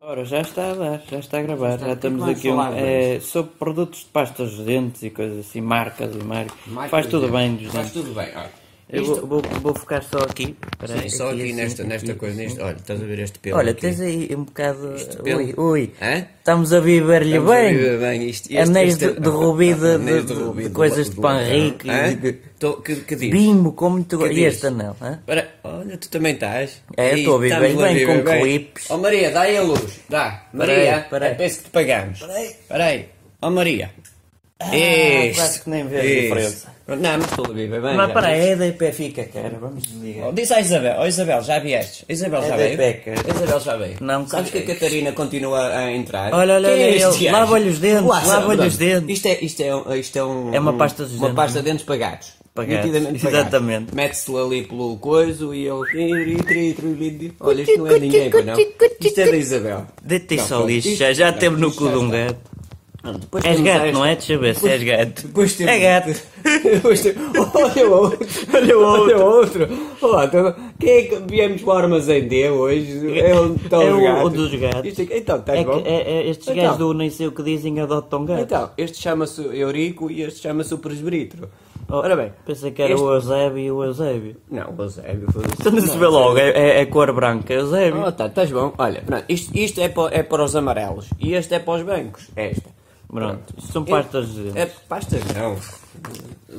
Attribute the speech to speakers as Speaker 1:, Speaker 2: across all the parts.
Speaker 1: Ora, já está a dar, já está a gravar,
Speaker 2: está.
Speaker 1: já
Speaker 2: O que é que
Speaker 1: estamos
Speaker 2: vamos
Speaker 1: aqui um,
Speaker 2: falar
Speaker 1: é, sobre produtos de pastas de dentes e coisas assim, marcas e marcas.
Speaker 2: Mais
Speaker 1: Faz
Speaker 2: por
Speaker 1: tudo
Speaker 2: exemplo.
Speaker 1: bem dos
Speaker 2: Faz
Speaker 1: dentes.
Speaker 2: tudo bem. olha.
Speaker 1: Eu
Speaker 2: Isto-
Speaker 1: vou, vou, vou focar só aqui. Espera aí,
Speaker 2: Sim, só aqui,
Speaker 1: assim,
Speaker 2: nesta, nesta
Speaker 1: aqui.
Speaker 2: coisa. Neste, olha, estás a ver este pelo?
Speaker 1: Olha,
Speaker 2: aqui.
Speaker 1: tens aí um bocado.
Speaker 2: pelo.
Speaker 1: Ui, ui.
Speaker 2: Hã?
Speaker 1: Estamos a viver-lhe
Speaker 2: Estamos a viver
Speaker 1: bem.
Speaker 2: bem isto. é
Speaker 1: Anéis de- de rubi de-
Speaker 2: anéis
Speaker 1: de- de-
Speaker 2: rubi
Speaker 1: de
Speaker 2: do-
Speaker 1: coisas
Speaker 2: do-
Speaker 1: de pão rico e
Speaker 2: Hã?
Speaker 1: de-
Speaker 2: Tô- que, que dizes?
Speaker 1: Bimbo, como tu.
Speaker 2: Que
Speaker 1: E
Speaker 2: diz?
Speaker 1: este anel? hã?
Speaker 2: Para- Olha, tu também estás.
Speaker 1: É, eu
Speaker 2: Ih,
Speaker 1: estou a viver
Speaker 2: estamos
Speaker 1: bem com
Speaker 2: viver bem.
Speaker 1: clipes.
Speaker 2: Ó Maria, dá aí a luz. Dá.
Speaker 1: Espera aí,
Speaker 2: Maria,
Speaker 1: espera aí.
Speaker 2: é para isso que te pagamos.
Speaker 1: Espera aí.
Speaker 2: Espera aí. Ó Maria. Ah,
Speaker 1: quase que nem vês a diferença.
Speaker 2: Não, mas estou a viver bem.
Speaker 1: Mas
Speaker 2: já.
Speaker 1: para é da IPFICA, cara, vamos desligar.
Speaker 2: Oh, Diz à Isabel, ó Isabel, já vieste. A Isabel
Speaker 1: É da
Speaker 2: já veio.
Speaker 1: Peca.
Speaker 2: A Isabel já veio.
Speaker 1: Não,
Speaker 2: Sabes que
Speaker 1: que-
Speaker 2: a Catarina continua a entrar.
Speaker 1: Olha, olha,
Speaker 2: Quem
Speaker 1: olha
Speaker 2: é este
Speaker 1: ele.
Speaker 2: gajo?
Speaker 1: Lava-lhe os dentes,
Speaker 2: Lá,
Speaker 1: lava-lhe
Speaker 2: Sandra.
Speaker 1: os dentes.
Speaker 2: Isto é, isto é, um- isto é um.
Speaker 1: É uma pasta dos
Speaker 2: Uma
Speaker 1: dentes.
Speaker 2: pasta de dentes pagados.
Speaker 1: Pagados,
Speaker 2: Nitidamente pagados.
Speaker 1: exatamente.
Speaker 2: Mete-se ali pelo coiso e ele. Olha, isto não é de ninguém, pois não. Isto é da Isabel.
Speaker 1: Deita
Speaker 2: Não,
Speaker 1: isso ao
Speaker 2: pronto,
Speaker 1: lixo,
Speaker 2: isto-
Speaker 1: já, já temos no
Speaker 2: isto
Speaker 1: cu
Speaker 2: já
Speaker 1: de um
Speaker 2: está.
Speaker 1: gato.
Speaker 2: Depois
Speaker 1: És
Speaker 2: temos
Speaker 1: gato,
Speaker 2: esta.
Speaker 1: não é? Deixa eu ver se és gato.
Speaker 2: Depois temos...
Speaker 1: É gato.
Speaker 2: Depois temos... Olha o outro. Olha o outro. Olha o outro. Olá, então, quem é que viemos para o armazém D hoje? É o tal
Speaker 1: É o-
Speaker 2: gato.
Speaker 1: o dos gatos.
Speaker 2: Isto aqui- Então, estás
Speaker 1: É
Speaker 2: bom?
Speaker 1: que, é, é, estes
Speaker 2: Então.
Speaker 1: gajos do nem sei o que dizem adotam gato.
Speaker 2: Então, este chama-se Eurico e este chama-se o presbítero. Ora bem.
Speaker 1: Pensei que era
Speaker 2: este-
Speaker 1: o Eusébio e o Eusébio.
Speaker 2: Não, o Eusébio foi...
Speaker 1: Tu não se vê logo, é, é, é cor branca, Eusébio.
Speaker 2: Ah, tá, estás bom. Olha, pronto, isto, isto é, para, é para os amarelos e este é para os brancos. Esta.
Speaker 1: Pronto, isto são pastas de dentes.
Speaker 2: É, pastas não.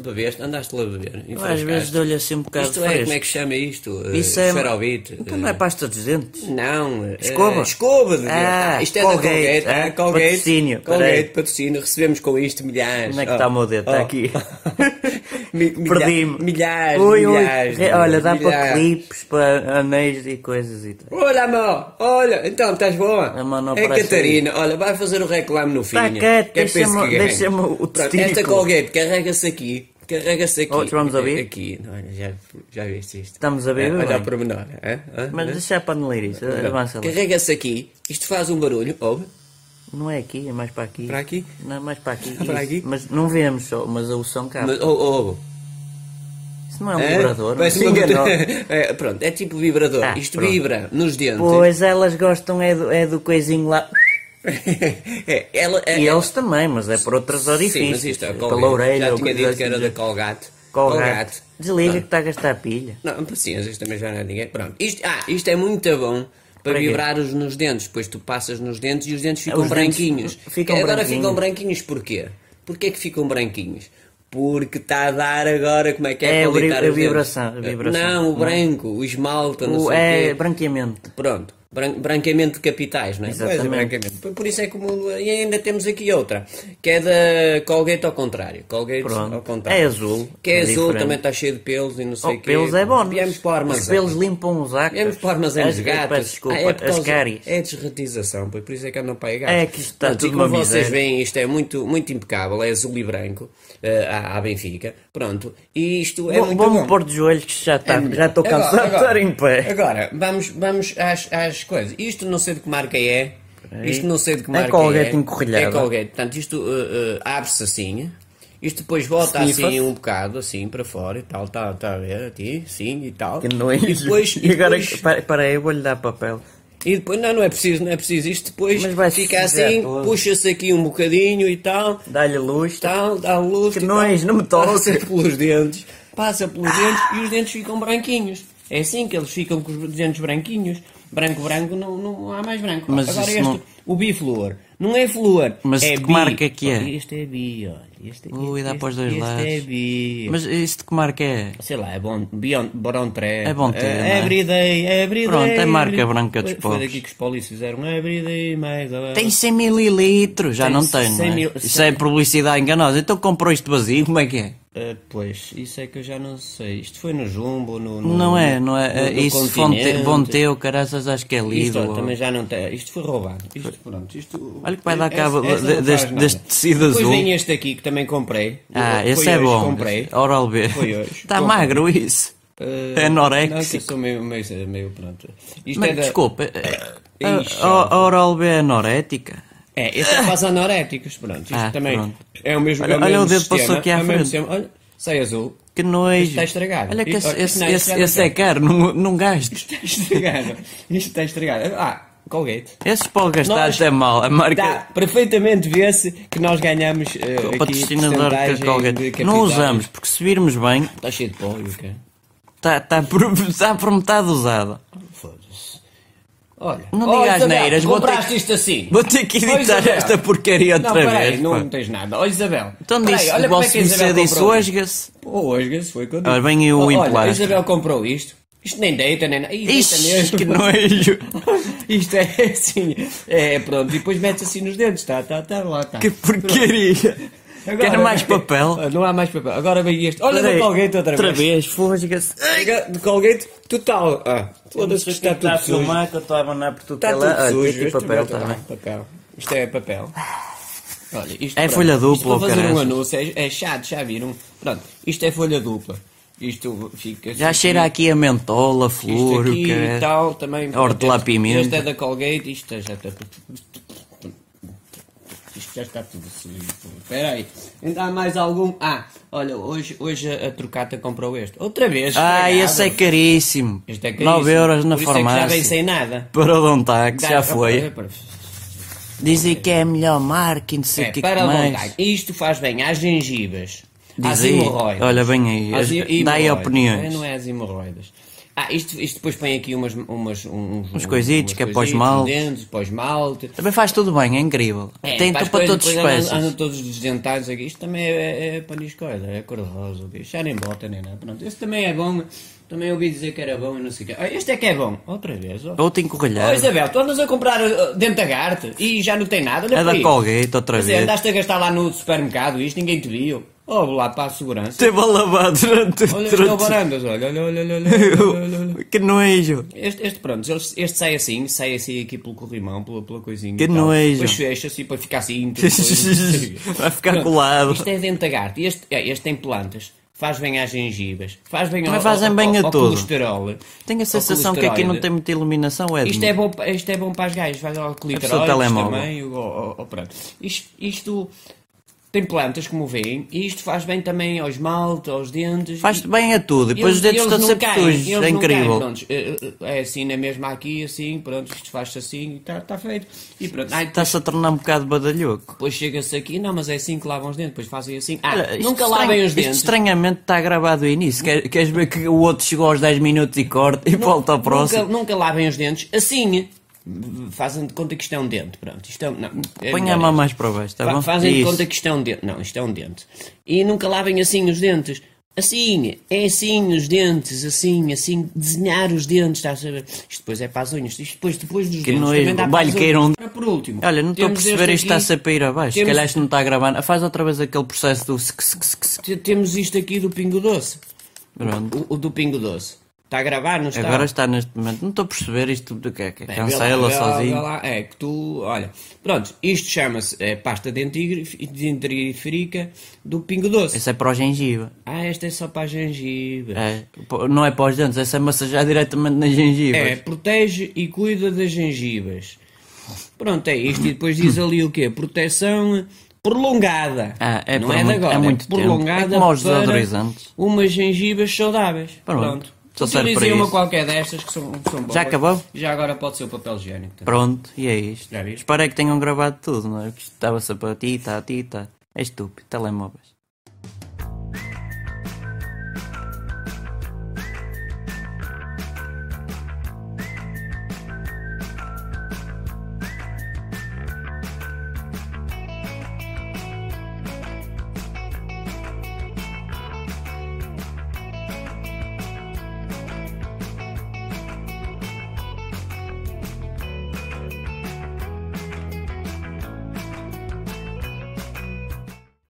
Speaker 2: Bebeste, andaste lá a beber.
Speaker 1: Eu Às vezes dou-lhe assim um bocado
Speaker 2: Isto
Speaker 1: de
Speaker 2: é,
Speaker 1: fresco.
Speaker 2: como é que chama isto? Eh,
Speaker 1: Isso é-
Speaker 2: Xarobite.
Speaker 1: Então não é pasta dos dentes?
Speaker 2: Não, eh,
Speaker 1: Escova?
Speaker 2: Escova, de
Speaker 1: Ah,
Speaker 2: ah, Isto é
Speaker 1: Colgate,
Speaker 2: da Colgate. Ah,
Speaker 1: ah,
Speaker 2: Colgate.
Speaker 1: patrocínio, peraí.
Speaker 2: Colgate, patrocínio. Recebemos com isto milhares.
Speaker 1: Onde
Speaker 2: Oh.
Speaker 1: é que está o meu dedo? Está aqui.
Speaker 2: Mi- milha-
Speaker 1: Perdi-me.
Speaker 2: Milhares,
Speaker 1: Ui, ui.
Speaker 2: milhares. de-
Speaker 1: Olha, dá para
Speaker 2: milhares.
Speaker 1: clipes, para anéis e coisas e tal.
Speaker 2: Olha, amor, olha, então estás boa?
Speaker 1: A mão não
Speaker 2: é
Speaker 1: parece
Speaker 2: Catarina, olha, vai fazer o é reclame no fim.
Speaker 1: quieto, deixa-me- deixa-me o testículo.
Speaker 2: Esta Colgate, carrega-se aqui. Carrega-se aqui.
Speaker 1: Outros vamos ouvir?
Speaker 2: Aqui, olha, já, já viste isto.
Speaker 1: Estamos a ver,
Speaker 2: É, olha
Speaker 1: bem.
Speaker 2: o pormenor. É? Hã?
Speaker 1: Mas
Speaker 2: Hã?
Speaker 1: deixa para não ler isso, avança lá.
Speaker 2: É. Carrega-se aqui, isto faz um barulho, ouve?
Speaker 1: Não é aqui, é mais para aqui.
Speaker 2: Para aqui?
Speaker 1: Não, é mais para aqui.
Speaker 2: Para
Speaker 1: isso.
Speaker 2: aqui?
Speaker 1: Mas não vemos só, mas o som cá.
Speaker 2: Mas, ouve, ouve.
Speaker 1: Isso não Ah. é um
Speaker 2: Hã?
Speaker 1: vibrador, não
Speaker 2: Parece
Speaker 1: se
Speaker 2: uma-
Speaker 1: enganou.
Speaker 2: É, Pronto, é tipo vibrador.
Speaker 1: Ah,
Speaker 2: isto
Speaker 1: pronto.
Speaker 2: vibra nos dentes.
Speaker 1: Pois elas gostam é do, é do coisinho lá.
Speaker 2: É, ela, é,
Speaker 1: E eles também, mas é por outras orifícios.
Speaker 2: Sim, mas isto é Colgate.
Speaker 1: Pela orelha
Speaker 2: Já
Speaker 1: ou
Speaker 2: tinha
Speaker 1: coisa
Speaker 2: dito
Speaker 1: assim
Speaker 2: que era
Speaker 1: do
Speaker 2: da
Speaker 1: género.
Speaker 2: Colgate.
Speaker 1: Colgate. Desliga que está a gastar pilha.
Speaker 2: Não, paciência, isto também já não é ninguém. Pronto. Isto, ah, isto é muito bom para,
Speaker 1: Para quê?
Speaker 2: vibrar os nos dentes, pois tu passas nos dentes e os dentes ficam
Speaker 1: Os dentes
Speaker 2: branquinhos.
Speaker 1: ficam
Speaker 2: Agora
Speaker 1: branquinhos.
Speaker 2: ficam branquinhos porquê? Porquê é que ficam branquinhos? Porque está a dar agora, como é que é?
Speaker 1: É,
Speaker 2: para
Speaker 1: a vibra-
Speaker 2: deitar os
Speaker 1: a vibração,
Speaker 2: dentes?
Speaker 1: a vibração. é?
Speaker 2: Não, o branco, o esmalte, não
Speaker 1: O,
Speaker 2: sei
Speaker 1: é
Speaker 2: quê.
Speaker 1: branqueamento.
Speaker 2: Pronto. Bran- branqueamento de capitais, não é?
Speaker 1: Exatamente.
Speaker 2: Pois, branqueamento. Por- Por isso é como. E ainda temos aqui outra, que é da Colgate ao contrário. Colgate
Speaker 1: Pronto.
Speaker 2: ao contrário.
Speaker 1: É azul,
Speaker 2: Que é,
Speaker 1: é
Speaker 2: azul,
Speaker 1: diferente.
Speaker 2: também está cheio de pelos e não sei o
Speaker 1: Oh,
Speaker 2: quê.
Speaker 1: pelos é bónus.
Speaker 2: Viemos para o armazém.
Speaker 1: Os pelos limpam os acres.
Speaker 2: Viemos para o armazém
Speaker 1: As-
Speaker 2: dos gatos.
Speaker 1: peço Desculpa,
Speaker 2: Ah, é por
Speaker 1: as
Speaker 2: causa-
Speaker 1: cáries.
Speaker 2: É desratização, pois, por isso é que andam para aí gatos.
Speaker 1: É que isto está
Speaker 2: Pronto, e
Speaker 1: tudo
Speaker 2: como
Speaker 1: uma
Speaker 2: vocês
Speaker 1: miséria.
Speaker 2: veem, isto é muito, muito impecável, é azul e branco, eh, à, à Benfica. Pronto. E isto é
Speaker 1: Vou-
Speaker 2: muito
Speaker 1: Vou-me
Speaker 2: bom.
Speaker 1: pôr de joelhos que já está-
Speaker 2: É
Speaker 1: já estou
Speaker 2: melhor.
Speaker 1: cansado de estar
Speaker 2: Agora,
Speaker 1: em pé.
Speaker 2: Agora, vamos, vamos às, às coisas. Isto não sei de que marca é. Isto não sei de que
Speaker 1: É
Speaker 2: marca é.
Speaker 1: Colgate encorrilhada.
Speaker 2: É Colgate. Portanto, isto uh, uh, abre-se assim. Isto depois volta
Speaker 1: Sniffas.
Speaker 2: assim um bocado, assim, para fora e tal, tá, tá a ver, a ti, sim e tal.
Speaker 1: Que nojo.
Speaker 2: E depois,
Speaker 1: E
Speaker 2: e
Speaker 1: agora,
Speaker 2: depois,
Speaker 1: para, para aí, eu vou-lhe dar papel.
Speaker 2: e depois- não, não é preciso, não é preciso. Isto depois
Speaker 1: Mas vai
Speaker 2: fica
Speaker 1: sujar
Speaker 2: assim,
Speaker 1: todo.
Speaker 2: puxa-se aqui um bocadinho e tal,
Speaker 1: Dá-lhe luz.
Speaker 2: tal, dá luz.
Speaker 1: Que
Speaker 2: e tal.
Speaker 1: nojo, não me toques.
Speaker 2: Passa pelos dentes, passa pelos dentes e os dentes ficam branquinhos. É assim que eles ficam com os dentes branquinhos. Branco, branco, não, não há mais branco.
Speaker 1: Mas
Speaker 2: Agora
Speaker 1: isso
Speaker 2: este,
Speaker 1: não-
Speaker 2: o bifluor, não é fluor,
Speaker 1: Mas
Speaker 2: é
Speaker 1: de que
Speaker 2: bi.
Speaker 1: marca que é?
Speaker 2: Este é bi, olha. Este, este,
Speaker 1: Ui, dá
Speaker 2: este-
Speaker 1: para os dois
Speaker 2: este
Speaker 1: lados.
Speaker 2: é bi.
Speaker 1: Mas isto que marca é?
Speaker 2: Sei lá, é bom, Beyond, Barão Tré.
Speaker 1: É bom ter, não é?
Speaker 2: Everyday, everyday.
Speaker 1: Pronto, é marca
Speaker 2: everyday.
Speaker 1: branca dos
Speaker 2: Foi-
Speaker 1: pobres.
Speaker 2: Foi daqui que os polis fizeram everyday, mais a-
Speaker 1: Tem 100 mililitros, já
Speaker 2: Tem
Speaker 1: não tem,
Speaker 2: 100
Speaker 1: não é?
Speaker 2: mil-
Speaker 1: Isso é publicidade enganosa. Então comprou isto vazio, como é que é?
Speaker 2: Ah, pois, isso é que eu já não sei. Isto foi no Jumbo, no. no-
Speaker 1: Não é, não
Speaker 2: no-
Speaker 1: é?
Speaker 2: no
Speaker 1: Isso,
Speaker 2: Continente.
Speaker 1: Fonte- Fonteu, caraças, acho que é
Speaker 2: Isto
Speaker 1: lido.
Speaker 2: ó,
Speaker 1: ou-
Speaker 2: também já não tem. Isto foi roubado. Isto, pronto, isto.
Speaker 1: Olha que vai dar
Speaker 2: essa-
Speaker 1: cabo
Speaker 2: é, essa
Speaker 1: de-
Speaker 2: não faz
Speaker 1: deste-
Speaker 2: nada.
Speaker 1: deste tecido azul.
Speaker 2: Depois vem este aqui que também comprei.
Speaker 1: Ah,
Speaker 2: Foi
Speaker 1: esse é
Speaker 2: hoje,
Speaker 1: bom.
Speaker 2: Comprei.
Speaker 1: Oral B.
Speaker 2: Foi hoje.
Speaker 1: Está
Speaker 2: Comprei.
Speaker 1: magro isso.
Speaker 2: Ah,
Speaker 1: É
Speaker 2: Não, que eu
Speaker 1: anoréxico.
Speaker 2: sou meio, meio, meio pronto. Isto
Speaker 1: Mas
Speaker 2: é da-
Speaker 1: desculpa, a- a-
Speaker 2: Ixi,
Speaker 1: a a Oral B é anorética?
Speaker 2: É, esse é quase anoréticos, pronto. Isto
Speaker 1: Ah,
Speaker 2: também
Speaker 1: pronto.
Speaker 2: é o mesmo
Speaker 1: Olha-
Speaker 2: é o
Speaker 1: olha
Speaker 2: mesmo
Speaker 1: o dedo
Speaker 2: sistema,
Speaker 1: passou aqui à
Speaker 2: é o mesmo
Speaker 1: frente.
Speaker 2: sistema. Olha, sai azul.
Speaker 1: Que nojo.
Speaker 2: está tá estragado.
Speaker 1: Olha que
Speaker 2: Isto-
Speaker 1: esse, esse,
Speaker 2: não, isto
Speaker 1: esse-
Speaker 2: já não
Speaker 1: esse é caro, não, não gastes.
Speaker 2: Está estragado. Isto está estragado. Ah, Colgate.
Speaker 1: Esses pau gastados
Speaker 2: Nós-
Speaker 1: é mal. A marca.
Speaker 2: Dá, perfeitamente vê-se que nós ganhamos eh,
Speaker 1: O
Speaker 2: aqui
Speaker 1: patrocinador
Speaker 2: porcentagem
Speaker 1: que
Speaker 2: de
Speaker 1: a Colgate.
Speaker 2: capital.
Speaker 1: Não usamos, porque se virmos bem,
Speaker 2: Está cheio de pólio, cara.
Speaker 1: está tá por, tá por metade usado.
Speaker 2: Foda-se. Olha,
Speaker 1: Não
Speaker 2: oh,
Speaker 1: digas
Speaker 2: Isabel,
Speaker 1: neiras, vou ter
Speaker 2: compraste
Speaker 1: que-
Speaker 2: isto assim.
Speaker 1: Vou ter que
Speaker 2: Oh,
Speaker 1: editar
Speaker 2: Isabel.
Speaker 1: esta porcaria outra
Speaker 2: não, peraí,
Speaker 1: vez.
Speaker 2: Não,
Speaker 1: pá.
Speaker 2: tens nada. Ó Isabel.
Speaker 1: Então
Speaker 2: peraí,
Speaker 1: disse,
Speaker 2: olha
Speaker 1: o
Speaker 2: como é
Speaker 1: vosso
Speaker 2: que a Isabel
Speaker 1: Messias disse
Speaker 2: comprou isto.
Speaker 1: hoje.
Speaker 2: Pô, hoje foi quando. Oh,
Speaker 1: Ora, vem o
Speaker 2: Olha, a
Speaker 1: implante.
Speaker 2: Isabel comprou isto. Isto nem deita, nem nada. Ih, deita
Speaker 1: Ixi,
Speaker 2: mesmo.
Speaker 1: que nojo.
Speaker 2: Isto é assim. É pronto. E depois mete assim nos dedos. Tá, tá, tá, lá, tá.
Speaker 1: Que porcaria.
Speaker 2: Agora-
Speaker 1: Quero mais papel.
Speaker 2: Ah, Não há mais papel. Agora vem este. Olha
Speaker 1: Peraí,
Speaker 2: do Colgate outra,
Speaker 1: Outra
Speaker 2: vez.
Speaker 1: vez, fosga-se.
Speaker 2: Agora, De Colgate, total. Ah, foda-se que está tudo sujo.
Speaker 1: que é eu estou a abanar por tudo
Speaker 2: Está tudo sujo.
Speaker 1: Aqui
Speaker 2: este
Speaker 1: ah,
Speaker 2: tá
Speaker 1: papel tá
Speaker 2: também
Speaker 1: também.
Speaker 2: está papel. Isto é papel. Olha, isto,
Speaker 1: É folha
Speaker 2: isto
Speaker 1: dupla,
Speaker 2: para fazer
Speaker 1: caraças.
Speaker 2: um anúncio é, é chato, já viram? Pronto, isto é folha dupla. Isto fica...
Speaker 1: Já
Speaker 2: assim,
Speaker 1: cheira aqui a mentola, a
Speaker 2: Isto
Speaker 1: flor, o
Speaker 2: aqui tá
Speaker 1: que
Speaker 2: e
Speaker 1: é.
Speaker 2: tal, também...
Speaker 1: A hortelã pimenta.
Speaker 2: Este é da Colgate, isto já está tudo... Isto já está tudo sujo. Espera aí. Ainda há mais algum? Ah, olha, hoje, hoje a, a Trocata comprou este. Outra vez.
Speaker 1: Ah,
Speaker 2: estragado.
Speaker 1: esse é caríssimo.
Speaker 2: Este é
Speaker 1: 9
Speaker 2: caríssimo.
Speaker 1: euros na
Speaker 2: Por isso é que já vem
Speaker 1: farmácia.
Speaker 2: sem nada.
Speaker 1: Para Dontax, já foi.
Speaker 2: Dá-
Speaker 1: Dizem que é a melhor marca e não sei o
Speaker 2: É,
Speaker 1: Tipo, que que
Speaker 2: para
Speaker 1: mais.
Speaker 2: alongar. Isto faz bem às gengivas, às
Speaker 1: Diz aí.
Speaker 2: hemorroidas.
Speaker 1: Olha bem aí,
Speaker 2: Às
Speaker 1: as-
Speaker 2: hi-
Speaker 1: dá aí
Speaker 2: hemorroidas.
Speaker 1: opiniões.
Speaker 2: Não é às hemorroidas. Ah, isto, isto depois põe aqui umas, umas, uns, uns
Speaker 1: coisitos,
Speaker 2: umas
Speaker 1: que é
Speaker 2: coisitas,
Speaker 1: pós-malte.
Speaker 2: uns Dentes, pós-malte.
Speaker 1: Também faz tudo bem, é incrível.
Speaker 2: É,
Speaker 1: Tem
Speaker 2: pá,
Speaker 1: tudo
Speaker 2: as
Speaker 1: para
Speaker 2: coisas
Speaker 1: todas as
Speaker 2: depois andam-
Speaker 1: espécies.
Speaker 2: Andam todos desdentados aqui. Isto também é, é, é paniscoida, é cor-de-rosa. o bicho. Já nem bota nem nada. Pronto, este também é bom. Também ouvi dizer que era bom e não sei o quê. Ah, Este é que é bom. Outra vez, ó.
Speaker 1: Outro
Speaker 2: Ó
Speaker 1: encorralhado.
Speaker 2: Isabel, tu andas a comprar uh, dentagarte e já não tem nada. olha
Speaker 1: É
Speaker 2: para
Speaker 1: da
Speaker 2: aí.
Speaker 1: Colgate outra
Speaker 2: Quer dizer,
Speaker 1: vez.
Speaker 2: andaste a gastar lá no supermercado isto, ninguém te viu. Oh, vou lá para a segurança.
Speaker 1: Teve a lavar durante
Speaker 2: Olha as
Speaker 1: durante-
Speaker 2: labarandas, olha, olha, olha, olha, olha, olha, olha, olha.
Speaker 1: Que nojo.
Speaker 2: Este, este, pronto, este, este sai assim, sai assim aqui pelo corrimão, pela, pela coisinha.
Speaker 1: Que
Speaker 2: e tal.
Speaker 1: nojo.
Speaker 2: Depois fecha-se e depois fica assim. depois-
Speaker 1: Vai ficar
Speaker 2: Pronto,
Speaker 1: colado.
Speaker 2: Isto é dentagarte. Este, é, este tem plantas. Faz bem às gengivas. Faz bem
Speaker 1: Também
Speaker 2: ao,
Speaker 1: fazem
Speaker 2: ao,
Speaker 1: bem a
Speaker 2: ao, ao
Speaker 1: tudo.
Speaker 2: colesterol.
Speaker 1: Tenho a
Speaker 2: Ao
Speaker 1: sensação que aqui não
Speaker 2: colesterol. eh,
Speaker 1: tem muita iluminação, é
Speaker 2: Isto é, bom, pa- isto é bom para as gajas, vai
Speaker 1: pessoa
Speaker 2: ao clitóris
Speaker 1: telemóvel.
Speaker 2: também, o, o, o, pronto. Isto, isto tem plantas, como veem, e isto faz bem também ao esmalte, aos dentes.
Speaker 1: Faz
Speaker 2: E-
Speaker 1: bem a tudo. E depois os
Speaker 2: eles-
Speaker 1: dedos
Speaker 2: eles
Speaker 1: estão
Speaker 2: não
Speaker 1: sempre
Speaker 2: caem,
Speaker 1: sujos.
Speaker 2: eles
Speaker 1: É
Speaker 2: não
Speaker 1: incrível.
Speaker 2: caem, prontos. É- é é assim, na mesma aqui, assim, pronto, isto faz-se assim, está tá feito. E pronto, ai,
Speaker 1: Está-se a tornar um bocado badalhoco.
Speaker 2: depois chega-se aqui, não, mas é assim que lavam os dentes, depois fazem assim. Ah,
Speaker 1: Olha, isto
Speaker 2: nunca
Speaker 1: estranho-
Speaker 2: lavem os
Speaker 1: isto
Speaker 2: dentes.
Speaker 1: estranhamente está gravado o início. Quer- queres ver que o outro chegou aos 10 minutos e corta e volta ao próximo?
Speaker 2: Nunca, nunca lavem os dentes assim. Fazem de conta que isto é um dente, pronto. Isto é, um- não, é
Speaker 1: Põe a
Speaker 2: melhor
Speaker 1: mão
Speaker 2: isto.
Speaker 1: mais para baixo, está
Speaker 2: Fa-
Speaker 1: bom?
Speaker 2: Fazem de
Speaker 1: Isso.
Speaker 2: conta que isto é um dente. Não, isto é um dente. E nunca lavem assim os dentes. Assim, é assim os dentes, assim, assim, desenhar os dentes, está a saber? Isto depois é para as unhas, isto depois, depois dos dentes.
Speaker 1: nojo,
Speaker 2: também dá para
Speaker 1: vai-lhe
Speaker 2: as
Speaker 1: cair
Speaker 2: unhas.
Speaker 1: um-
Speaker 2: Ora, Por último,
Speaker 1: Olha, não estou a
Speaker 2: temos
Speaker 1: perceber
Speaker 2: este
Speaker 1: isto
Speaker 2: aqui-
Speaker 1: está-se a ir abaixo. Se
Speaker 2: temos-
Speaker 1: calhar isto não está gravando. Faz outra vez aquele processo do. sc- sc- sc- sc-
Speaker 2: te- Temos isto aqui do Pingo Doce.
Speaker 1: Pronto.
Speaker 2: O, o do Pingo Doce. Está a gravar, não está?
Speaker 1: Agora está neste momento. Não estou a perceber isto do que é que é.
Speaker 2: Tá. Bem,
Speaker 1: Cancela
Speaker 2: vê lá, vê lá, vê
Speaker 1: sozinho.
Speaker 2: lá. É que tu, olha, pronto, isto chama-se eh, pasta dentigri- dentífrica do Pingo Doce.
Speaker 1: Isso é para o gengiva.
Speaker 2: Ah, esta é só para a gengiva.
Speaker 1: É. Pô, Não é para os dentes, essa é massagear diretamente nas
Speaker 2: É,
Speaker 1: gengivas.
Speaker 2: protege e cuida das gengivas. Pronto, é isto. E depois diz ali o quê? Proteção prolongada.
Speaker 1: Ah, é
Speaker 2: Não
Speaker 1: por
Speaker 2: é de
Speaker 1: muito-
Speaker 2: agora.
Speaker 1: é muito tempo.
Speaker 2: prolongada
Speaker 1: É como aos
Speaker 2: para
Speaker 1: desodorizantes.
Speaker 2: umas gengivas saudáveis.
Speaker 1: Pronto.
Speaker 2: Pronto.
Speaker 1: Só serve
Speaker 2: Utilizem
Speaker 1: para
Speaker 2: uma
Speaker 1: isso.
Speaker 2: qualquer destas que são, que são boas.
Speaker 1: Já acabou?
Speaker 2: Já agora pode ser o papel higiênico. também.
Speaker 1: Pronto, e é isto.
Speaker 2: Já viste?
Speaker 1: Espero é que tenham gravado tudo, não é? Que isto Estava-se a para ti, tá, ti, tá. É estúpido, telemóveis.